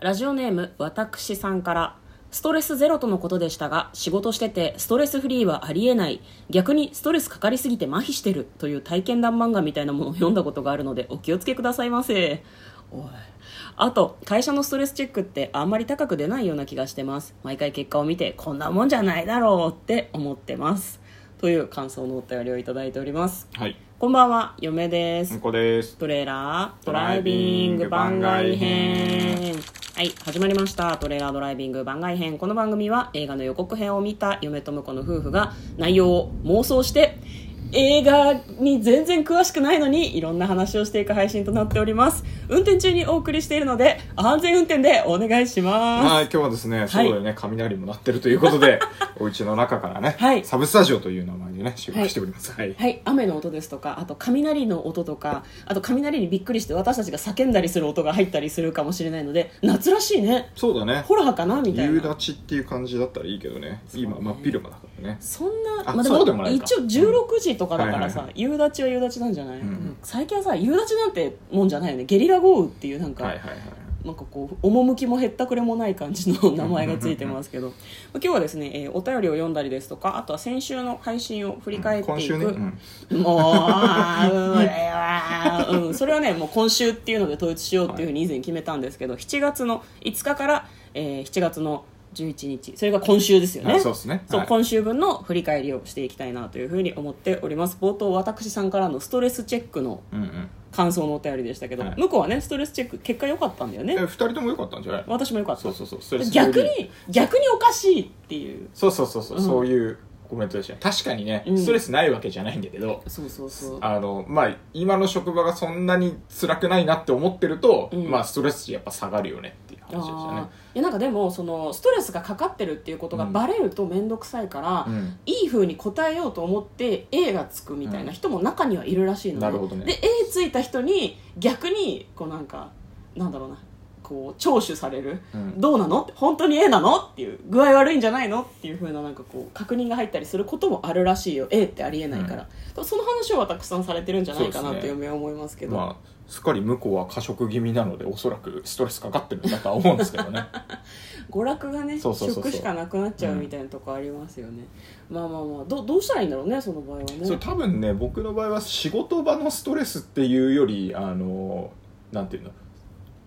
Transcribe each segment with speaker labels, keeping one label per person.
Speaker 1: ラジオネーム私さんからストレスゼロとのことでしたが仕事しててストレスフリーはありえない逆にストレスかかりすぎて麻痺してるという体験談漫画みたいなものを読んだことがあるのでお気をつけくださいませおいあと会社のストレスチェックってあんまり高く出ないような気がしてます毎回結果を見てこんなもんじゃないだろうって思ってますという感想のお便りをいただいております
Speaker 2: はい
Speaker 1: こんばんは嫁です
Speaker 2: うんこです
Speaker 1: トレーラードライビング番外編はい始まりましたトレーラードライビング番外編この番組は映画の予告編を見た嫁と婿の夫婦が内容を妄想して映画に全然詳しくないのにいろんな話をしていく配信となっております運転中にお送りしているので安全運転でお願いします
Speaker 2: はい今日はですね、そうだよね雷も鳴ってるというこ とでお家の中からね、
Speaker 1: はい
Speaker 2: サブスタジオという名前でね収録しておりますはい、
Speaker 1: はい雨の音ですとかあと雷の音とかあと雷にびっくりして私たちが叫んだりする音が入ったりするかもしれないので夏らしいね
Speaker 2: そうだね
Speaker 1: ホラーかなみたい
Speaker 2: 夕
Speaker 1: な
Speaker 2: 立ちっていう感じだったらいいけどね
Speaker 1: そうね
Speaker 2: 今真っ昼間だからね
Speaker 1: そんな
Speaker 2: あ
Speaker 1: まあ、で
Speaker 2: そうでも
Speaker 1: も
Speaker 2: ないか
Speaker 1: 一応16時とかだからさ、
Speaker 2: はい
Speaker 1: 夕立ちは夕立ちなんじゃない、
Speaker 2: うん
Speaker 1: 最近はさ夕立ちなんてもんじゃないよねゲリラ豪雨っていうなんか、
Speaker 2: はいはいはい
Speaker 1: なんかこう趣もへったくれもない感じの名前がついてますけどまあ今日はですね、えーお便りを読んだりですとかあとは先週の配信を振り返っていく、
Speaker 2: 今週ね、うん、
Speaker 1: もうあーうんあーうんそれはねもう今週っていうので統一しようっていうふうに以前決めたんですけど、7月の5日から、えー7月の11日それが今週ですよね
Speaker 2: あそうですね
Speaker 1: そう
Speaker 2: はい
Speaker 1: 今週分の振り返りをしていきたいなというふうに思っております冒頭私さんからのストレスチェックの
Speaker 2: うんうん
Speaker 1: 感想のお便りでしたけど、
Speaker 2: はい
Speaker 1: 向こうはねストレスチェック結果良かったんだよ
Speaker 2: え
Speaker 1: ね
Speaker 2: 二人とも良かったんじゃない
Speaker 1: 私も良かった
Speaker 2: そうそうそうストレス
Speaker 1: 逆に逆におかしいっていう
Speaker 2: そうそうそうそう、
Speaker 1: うん
Speaker 2: そういうコメントでしたね確かにね、
Speaker 1: うん
Speaker 2: ストレスないわけじゃないんだけど
Speaker 1: そうそうそう
Speaker 2: あのまあ今の職場がそんなに辛くないなって思ってると、
Speaker 1: うん
Speaker 2: まあストレス値やっぱ下がるよねっていう話でした
Speaker 1: あ
Speaker 2: ね
Speaker 1: あいやなんかでもそのストレスがかかってるっていうことがバレると面倒くさいから、
Speaker 2: うん
Speaker 1: いい風に答えようと思って A がつくみたいな人も中にはいるらしいので,、
Speaker 2: なるほどね
Speaker 1: で A ついた人に逆にこうなんかなんだろうなこう聴取される、
Speaker 2: うん
Speaker 1: どうなの本当に A なのっていう具合悪いんじゃないのっていう風ななんかこう確認が入ったりすることもあるらしいよ A ってありえないから、その話を私さんされてるんじゃないかなって嫁は思いますけど、
Speaker 2: まあすっかり向こうは過食気味なのでおそらくストレスかかってるんだとは思うんですけどね
Speaker 1: 娯楽がね
Speaker 2: そうそうそうそう
Speaker 1: 食しかなくなっちゃうみたいなとこありますよね、まあまあまあどどうしたらいいんだろうねその場合は ね
Speaker 2: それ多分ね僕の場合は仕事場のストレスっていうよりあのなんていうの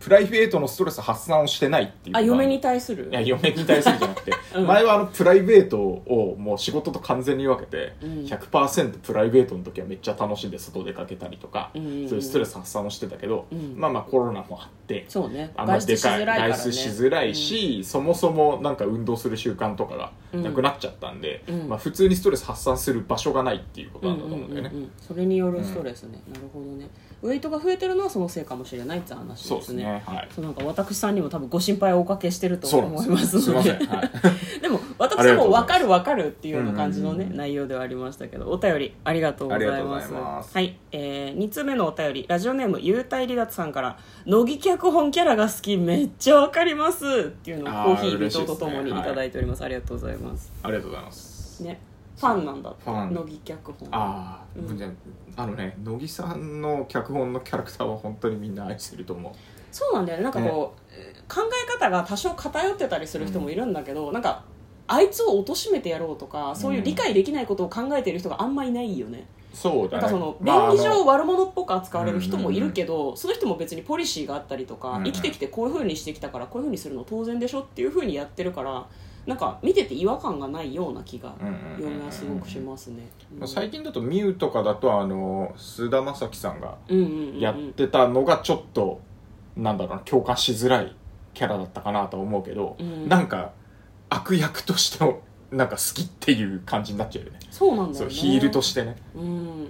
Speaker 2: プライベートのストレス発散をしてないっていう
Speaker 1: あ
Speaker 2: か
Speaker 1: 嫁に対する
Speaker 2: いや嫁に対するじゃなくて、
Speaker 1: うん
Speaker 2: 前はあのプライベートをもう仕事と完全に分けて、
Speaker 1: うん
Speaker 2: 100%プライベートの時はめっちゃ楽しんで外出かけたりとか、
Speaker 1: うんうんうん
Speaker 2: そういうストレス発散をしてたけど、
Speaker 1: うん
Speaker 2: まあまあコロナもあって
Speaker 1: そうね
Speaker 2: あんま
Speaker 1: 外
Speaker 2: で
Speaker 1: 出し
Speaker 2: か
Speaker 1: づ
Speaker 2: い
Speaker 1: らいから、ね、
Speaker 2: 外出しづらいし、そもそもなんか運動する習慣とかがなくなっちゃったんで、
Speaker 1: うん
Speaker 2: まあ、普通にストレス発散する場所がないっていうこと
Speaker 1: うん
Speaker 2: な
Speaker 1: うん
Speaker 2: だと
Speaker 1: ん
Speaker 2: 思うんだよね、
Speaker 1: うんうんそれによるストレスね、なるほどねウエイトが増えてるのはそのせいかもしれないって話
Speaker 2: そう
Speaker 1: で
Speaker 2: ですす
Speaker 1: ね
Speaker 2: ねはい
Speaker 1: そうなんか私さんにも多分ご心配をおかけしてると
Speaker 2: そうなん
Speaker 1: 思いますので
Speaker 2: よすいません、はい、
Speaker 1: でも私はもう
Speaker 2: ありがとうございます
Speaker 1: 分かる分かるっていうような感じのね、
Speaker 2: うん
Speaker 1: 内容ではありましたけどお便りありがとうござい
Speaker 2: ありが
Speaker 1: ま
Speaker 2: とう
Speaker 1: す
Speaker 2: ございます
Speaker 1: はい、え2通目のお便りラジオネーム幽体離脱さんから「乃木脚本キャラが好きめっちゃ分かります」っていうのをコーヒ
Speaker 2: あー
Speaker 1: ー微
Speaker 2: 嬉しい
Speaker 1: 糖
Speaker 2: です
Speaker 1: と
Speaker 2: ね
Speaker 1: ともにいただいております、ありがとうございます
Speaker 2: ありがとうご ざいます
Speaker 1: ねファンなんだって
Speaker 2: ファン
Speaker 1: 乃木脚本
Speaker 2: ああ、
Speaker 1: うん
Speaker 2: じゃああのね乃木さんの脚本のキャラクターは本当にみんな愛してると思
Speaker 1: そうなんだよねなんかこう、考え方が多少偏ってたりする人もいるんだけど、なんかあいつを貶としめてやろうとかそういう理解できないことを考えてる人があんまいないよね、
Speaker 2: うそう
Speaker 1: なん
Speaker 2: だね
Speaker 1: かその
Speaker 2: まあ
Speaker 1: 便宜
Speaker 2: あ
Speaker 1: 上
Speaker 2: の
Speaker 1: 悪者っぽく扱われる人もいるけどその人も別にポリシーがあったりと
Speaker 2: うん
Speaker 1: か
Speaker 2: うん
Speaker 1: 生きてきてこういうふうにしてきたからこういうふうにするの当然でしょっていうふうにやってるからなんか見てて違和感がないような気が
Speaker 2: うんうんうんうん
Speaker 1: 嫁はすごくしますね。うん
Speaker 2: まあ最近だとミュウとかだとあの菅田将暉さんが
Speaker 1: うんうんうん
Speaker 2: やってたのがちょっと、なんだろうな共感しづらいキャラだったかなとは思うけど、
Speaker 1: うん
Speaker 2: なんか悪役としてもなんか好きっていう感じになっちゃうよね
Speaker 1: そうなんだ
Speaker 2: そ
Speaker 1: よ
Speaker 2: う
Speaker 1: ね
Speaker 2: ヒールとしてね
Speaker 1: うん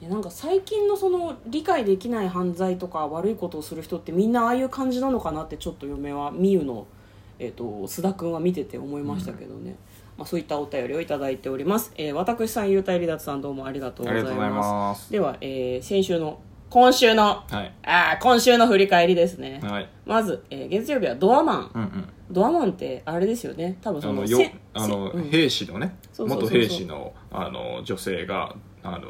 Speaker 1: いやなんか最近のその理解できない犯罪とか悪いことをする人ってみんなああいう感じなのかなってちょっと嫁はみゆの、えー、と須田君は見てて思いましたけどね、まあ、そういったお便りをいただいております、えー私さん優待離脱さんどうもありがとうございます
Speaker 2: ます
Speaker 1: では、えー先週の今週の
Speaker 2: はい
Speaker 1: あー今週の振り返りですね、
Speaker 2: はい
Speaker 1: まず、えー月曜日はドアマン
Speaker 2: うんうん
Speaker 1: ドアマンってあれですよね多分
Speaker 2: あ
Speaker 1: その
Speaker 2: の
Speaker 1: せ
Speaker 2: よ
Speaker 1: せ
Speaker 2: あの
Speaker 1: うん
Speaker 2: 兵士のね
Speaker 1: そうそうそうそう
Speaker 2: 元兵士のあの女性があの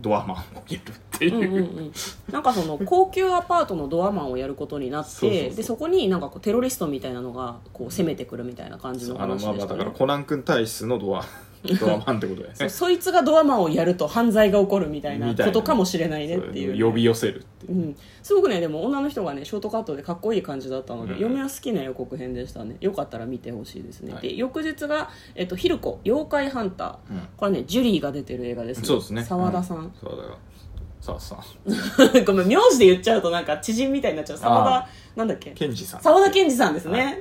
Speaker 2: ドアマンもいるっていう
Speaker 1: うんうんうん、なんかその高級アパートのドアマンをやることになって
Speaker 2: そうそうそう
Speaker 1: でそこになんかこうテロリストみたいなのがこう攻めてくるみたいな感じの
Speaker 2: あの
Speaker 1: 話
Speaker 2: まあ
Speaker 1: で
Speaker 2: ま
Speaker 1: し
Speaker 2: あ
Speaker 1: た
Speaker 2: だ
Speaker 1: ね
Speaker 2: からコナン君体質のドアドアマンってことだよ
Speaker 1: そ
Speaker 2: ね
Speaker 1: うそいつがドアマンをやると犯罪が起こるみたいな
Speaker 2: みたい
Speaker 1: こ
Speaker 2: な
Speaker 1: とかもしれないねっていうね、、
Speaker 2: 呼び寄せるっていううん
Speaker 1: すごくねでも女の人がねショートカットでかっこいい感じだったので、
Speaker 2: うん
Speaker 1: 嫁は好きな予告編でしたねよかったら見てほしいですね、
Speaker 2: はい
Speaker 1: で翌日が、えっと「ヒルコ妖怪ハンター」
Speaker 2: うん
Speaker 1: これねジュリーが出てる映画ですね
Speaker 2: そうですね
Speaker 1: 沢田さん、
Speaker 2: 沢田が沢田さん
Speaker 1: ごめん名字で言っちゃうとなんか知人みたいになっちゃう沢
Speaker 2: あ
Speaker 1: 田なんだっけ
Speaker 2: 健二さん
Speaker 1: 沢田研二さんです
Speaker 2: は
Speaker 1: ね、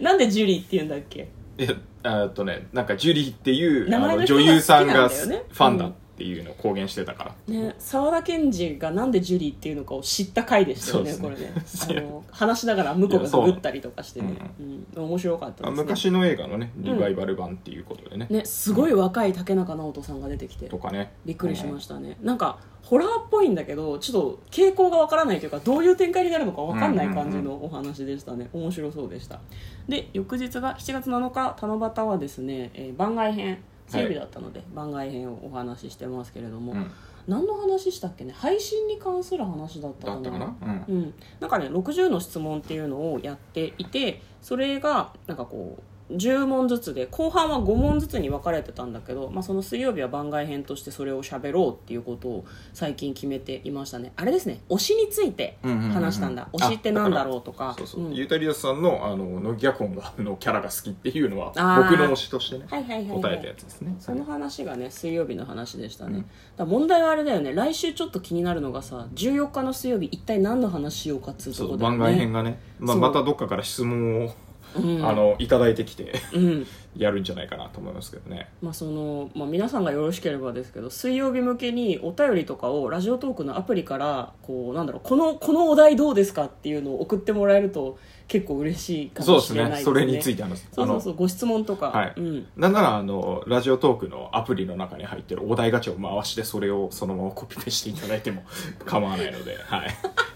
Speaker 1: なんでジュリーって言うんだっけ
Speaker 2: いやあえっとねなんかジュリーっていう
Speaker 1: 名前
Speaker 2: あ
Speaker 1: の
Speaker 2: の
Speaker 1: 人が
Speaker 2: 女優さんが
Speaker 1: 好きなん
Speaker 2: フ
Speaker 1: だよね
Speaker 2: ァンだっていうのを公言してたから、
Speaker 1: ね、沢田研二がなんでジュリーっていうのかを知った回でしたよね
Speaker 2: そうです
Speaker 1: こ
Speaker 2: ね
Speaker 1: れねあの話しながら向こうが
Speaker 2: いやそう
Speaker 1: ググったりとかしてね、うん面白かった
Speaker 2: あ
Speaker 1: ですね
Speaker 2: 昔の映画のねリバイバル版っていうことでね、
Speaker 1: ねすごい若い竹中直人さんが出てきて
Speaker 2: とかね
Speaker 1: びっくりしましたね、なんかホラーっぽいんだけどちょっと傾向がわからないというかどういう展開になるのかわかんない感じのお話でしたね、面白そうでしたで翌日が7月7日七夕はですね、えー番外編整備だったので、番外編をお話ししてますけれども、
Speaker 2: うん
Speaker 1: 何の話したっけね配信に関する話だった
Speaker 2: だ
Speaker 1: か
Speaker 2: ったか
Speaker 1: な
Speaker 2: な、うん
Speaker 1: うん、なんかね60の質問っていうのをやっていてそれがなんかこう10問ずつで後半は5問ずつに分かれてたんだけど、まあ、その水曜日は番外編としてそれを喋ろうっていうことを最近決めていましたねあれですね推しについて話したんだ、
Speaker 2: うんうんうん
Speaker 1: 推しってなんだろうとか
Speaker 2: そうそう、
Speaker 1: うん
Speaker 2: ゆうたりださんのあの乃木脚本がのキャラが好きっていうのは
Speaker 1: あー
Speaker 2: 僕の推しとしてね
Speaker 1: はいはいはい、はい、
Speaker 2: 答えたやつですね
Speaker 1: その話がね水曜日の話でしたね、
Speaker 2: うん
Speaker 1: だから問題はあれだよね来週ちょっと気になるのがさ14日の水曜日一体何の話しようかっつう
Speaker 2: そ
Speaker 1: とこ
Speaker 2: う
Speaker 1: だよね
Speaker 2: 番外編がね、まあ、
Speaker 1: そう
Speaker 2: またどっかから質問を、
Speaker 1: うん
Speaker 2: あのいただいてきて
Speaker 1: うん
Speaker 2: やるんじゃないかなと思いますけどね
Speaker 1: まあそのまあ、皆さんがよろしければですけど水曜日向けにお便りとかをラジオトークのアプリからこうなんだろうこのこのお題どうですかっていうのを送ってもらえると結構嬉しいか
Speaker 2: そう
Speaker 1: も
Speaker 2: で
Speaker 1: し
Speaker 2: す
Speaker 1: れ
Speaker 2: ね
Speaker 1: ないですね
Speaker 2: それについて話す
Speaker 1: そうそうそううご質問とか、
Speaker 2: はい
Speaker 1: うん、
Speaker 2: なんならあのラジオトークのアプリの中に入ってるお題ガチャを回してそれをそのままコピペしていただいても 構わないので、はい、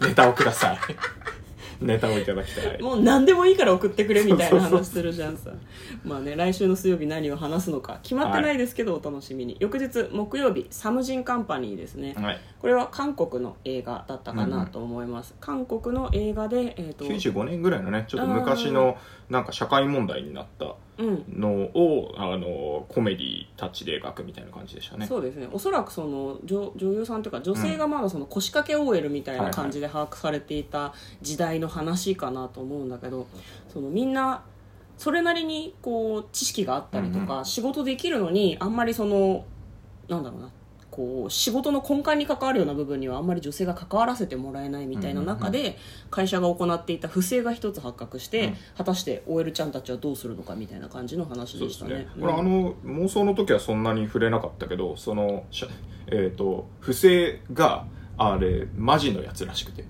Speaker 2: ネタをく ださいネタをいただきたい
Speaker 1: もう何でもいいから送ってくれみたいな
Speaker 2: そうそう
Speaker 1: 話するじゃんさまあね来週の水曜日何を話すのか決まってないですけどお楽しみに、翌日木曜日サムジンカンパニーですね、
Speaker 2: はい、
Speaker 1: これは韓国の映画だったかなと思います、韓国の映画で、えー、と
Speaker 2: 95年ぐらいのねちょっと昔のなんか社会問題になった
Speaker 1: うん、
Speaker 2: のをあのコメディタッチで描くみたいな感じでしたね
Speaker 1: そうですねおそらくその女女優さんというか女性がまだその腰掛け OL みたいな感じで把握されていた時代の話かなと思うんだけどそのみんなそれなりにこう知識があったりと
Speaker 2: うん
Speaker 1: か、仕事できるのにあんまりそのなんだろうなこう仕事の根幹に関わるような部分にはあんまり女性が関わらせてもらえないみたいな中で会社が行っていた不正が一つ発覚して、
Speaker 2: うん
Speaker 1: 果たして OL ちゃんたちはどうするのかみたいな感じの話
Speaker 2: そう
Speaker 1: で
Speaker 2: で
Speaker 1: し
Speaker 2: す
Speaker 1: たね。
Speaker 2: ね、
Speaker 1: うん
Speaker 2: これあの妄想の時はそんなに触れなかったけどその、しゃえー、と不正があれマジのやつらしくて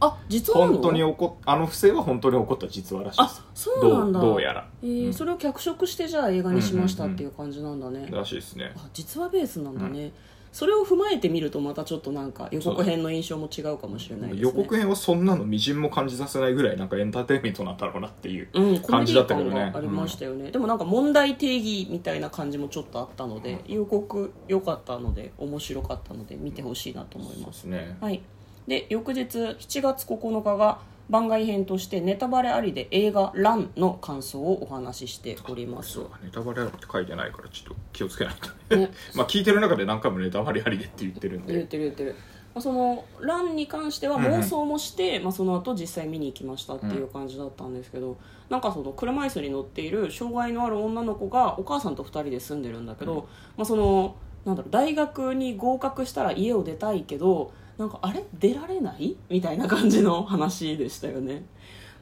Speaker 1: あ実はなの
Speaker 2: 本当に起こっあの不正は本当に起こった実話らしいで
Speaker 1: あ
Speaker 2: す
Speaker 1: そうなんだ
Speaker 2: どうどうやら、
Speaker 1: えー
Speaker 2: うん
Speaker 1: それを脚色してじゃあ映画にしましたっていう感じなんだね、
Speaker 2: らしいですね
Speaker 1: あ実はベースなんだね、それを踏まえてみるとまたちょっとなんか予告編の印象も違うかもしれないですね
Speaker 2: 予告編はそんなのみじんも感じさせないぐらいなんかエンターテインメントなんだろうなっていう
Speaker 1: うん、コメ
Speaker 2: 感
Speaker 1: デ
Speaker 2: じ
Speaker 1: ィ
Speaker 2: だ
Speaker 1: ー
Speaker 2: ったけど
Speaker 1: 感
Speaker 2: ね
Speaker 1: がありましたよね、でもなんか問題定義みたいな感じもちょっとあったので、予告良かったので面白かったので見てほしいなと思い
Speaker 2: そう
Speaker 1: ま、
Speaker 2: ですすね
Speaker 1: はい、で翌日7月9日が番外編としてネタバレありで映画「ラン」の感想をお話ししております
Speaker 2: そうだネタバレあるって書いてないからちょっと気をつけないとね
Speaker 1: ね
Speaker 2: まあ聞いてる中で何回もネタバレありでって言ってるん
Speaker 1: 言っ
Speaker 2: で
Speaker 1: てる言ってる、まあ、そのランに関しては妄想もして、まあ、その後実際見に行きましたっていう感じだったんですけど、なんかその車椅子に乗っている障害のある女の子がお母さんと2人で住んでるんだけど、
Speaker 2: うん
Speaker 1: まあ、そのなんだろう大学に合格したら家を出たいけどなんかあれ出られないみたいな感じの話でしたよね。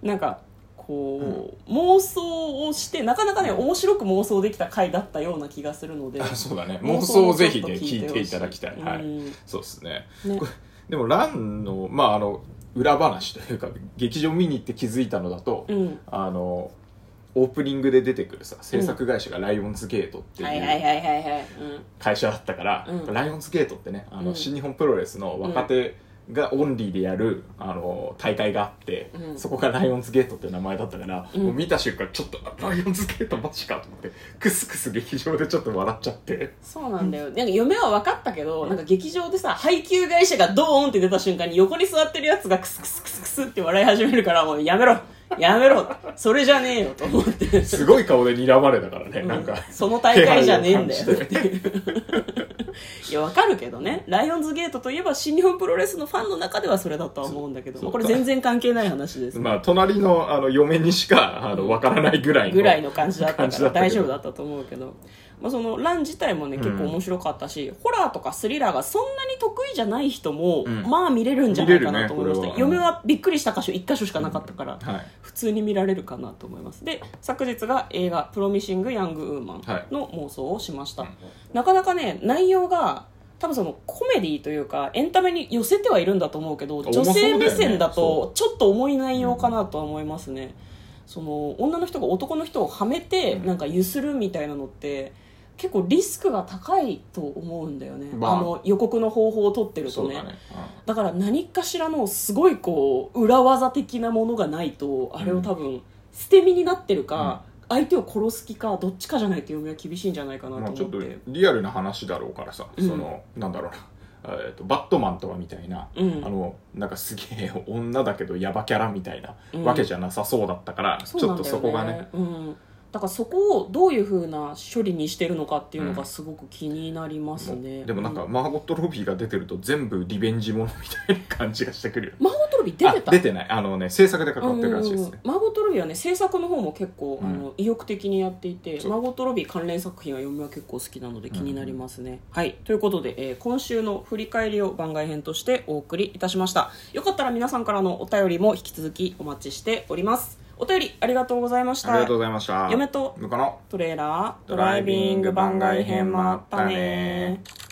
Speaker 1: なんかこう、妄想をしてなかなかね面白く妄想できた回だったような気がするので
Speaker 2: あ そうだね妄想をぜひね
Speaker 1: 妄想をちょ
Speaker 2: 聞
Speaker 1: っ
Speaker 2: い
Speaker 1: と
Speaker 2: ていただきたい、
Speaker 1: ほし
Speaker 2: は
Speaker 1: う
Speaker 2: い、
Speaker 1: ん
Speaker 2: そうですね
Speaker 1: ね
Speaker 2: これでもランのまああの裏話というか劇場見に行って気づいたのだと、
Speaker 1: うん
Speaker 2: あのオープニングで出てくるさ制作会社がライオンズゲートって
Speaker 1: はい
Speaker 2: い
Speaker 1: はいうはいはいはい、うん、
Speaker 2: 会社だったから、
Speaker 1: うん
Speaker 2: ライオンズゲートってねあの、
Speaker 1: うん
Speaker 2: 新日本プロレスの若手がオンリーでやるあの大会があって、
Speaker 1: うん
Speaker 2: そこがライオンズゲートっていう名前だったから、
Speaker 1: うん
Speaker 2: もう見た瞬間ちょっとあライオンズゲートマジかと思ってクスクス劇場でちょっと笑っちゃって
Speaker 1: そうなんだよなんか夢は分かったけどなんか劇場でさ配給会社がドーンって出た瞬間に横に座ってるやつがクスクスクスクスって笑い始めるからもうやめろやめろそれじゃねえよと思って
Speaker 2: すごい顔で睨まれたからね、なんか
Speaker 1: その大会じゃねえんだ
Speaker 2: 気配
Speaker 1: よ
Speaker 2: を感じて
Speaker 1: いや分かるけどねライオンズゲートといえば新日本プロレスのファンの中ではそれだとは思うんだけど、
Speaker 2: そう
Speaker 1: まあこれ全然関係ない話です
Speaker 2: まあ隣のあの嫁にしかあのわからないぐらいの
Speaker 1: ぐらいの感じだった
Speaker 2: 感
Speaker 1: か
Speaker 2: じ
Speaker 1: ら
Speaker 2: だったけ
Speaker 1: 大
Speaker 2: ど
Speaker 1: 丈夫だったと思うけど、まあ、そのラン自体もね結構面白かったし、ホラーとかスリラーがそんなに得意じゃない人も、
Speaker 2: うん
Speaker 1: まあ見れるんじゃないか
Speaker 2: 見れ
Speaker 1: な
Speaker 2: るね
Speaker 1: と思いました、
Speaker 2: これは
Speaker 1: 嫁はびっくりした箇所1箇所しかなかったから、
Speaker 2: はい
Speaker 1: 普通に見られるかなと思いますで昨日が映画「プロミシング・ヤング・ウーマン
Speaker 2: は」い
Speaker 1: の妄想をしました、なかなかね内容が多分そのコメディというかエンタメに寄せてはいるんだと思うけど
Speaker 2: 重
Speaker 1: 女
Speaker 2: そうだ
Speaker 1: 性
Speaker 2: よね
Speaker 1: 目線だ
Speaker 2: そ
Speaker 1: とちょっと重い内容かなとは思いますね、その女の人が男の人をはめて
Speaker 2: うん
Speaker 1: なんかゆするみたいなのって結構リスクが高いと思うんだよね、
Speaker 2: まあ
Speaker 1: あの予告の方法を取ってると
Speaker 2: そう
Speaker 1: ね
Speaker 2: だね、
Speaker 1: だから何かしらのすごいこう裏技的なものがないとあれを多分捨て身になってるか、相手を殺す気かどっちかじゃないと嫁は厳しいんじゃないかな
Speaker 2: うんまあ、
Speaker 1: と
Speaker 2: ちょっ
Speaker 1: 思
Speaker 2: と
Speaker 1: って、
Speaker 2: リアルな話だろうからさ、
Speaker 1: うん
Speaker 2: そのなんだろうなえー、とバットマンとはみたいな、
Speaker 1: うん
Speaker 2: あのなんかすげえ女だけどヤバキャラみたいな
Speaker 1: うん
Speaker 2: わけじゃなさそうだったから、ちょっとそこがね、
Speaker 1: うん、だからそこをどういうふうな処理にしてるのかっていうのがすごく気になりますね、
Speaker 2: もうでもなんかマーゴット・ロビーが出てると全部リベンジものみたいな感じがしてくるよね
Speaker 1: マーゴットロビー出て
Speaker 2: あ
Speaker 1: た
Speaker 2: 出てないあのね制作で関わってるらしいですね、
Speaker 1: うんマーゴット・ロビーはね制作の方も結構、
Speaker 2: うん
Speaker 1: あの意欲的にやっていて
Speaker 2: そう
Speaker 1: マーゴット・ロビー関連作品は読みは結構好きなので気になりますね、はいということで、えー今週の振り返りを番外編としてお送りいたしましたよかったら皆さんからのお便りも引き続きお待ちしておりますお便りありがとうございました
Speaker 2: ありがとうございました
Speaker 1: 嫁と
Speaker 2: 向こうの
Speaker 1: トレーラード
Speaker 2: ドライビング番外編もあったね
Speaker 1: またね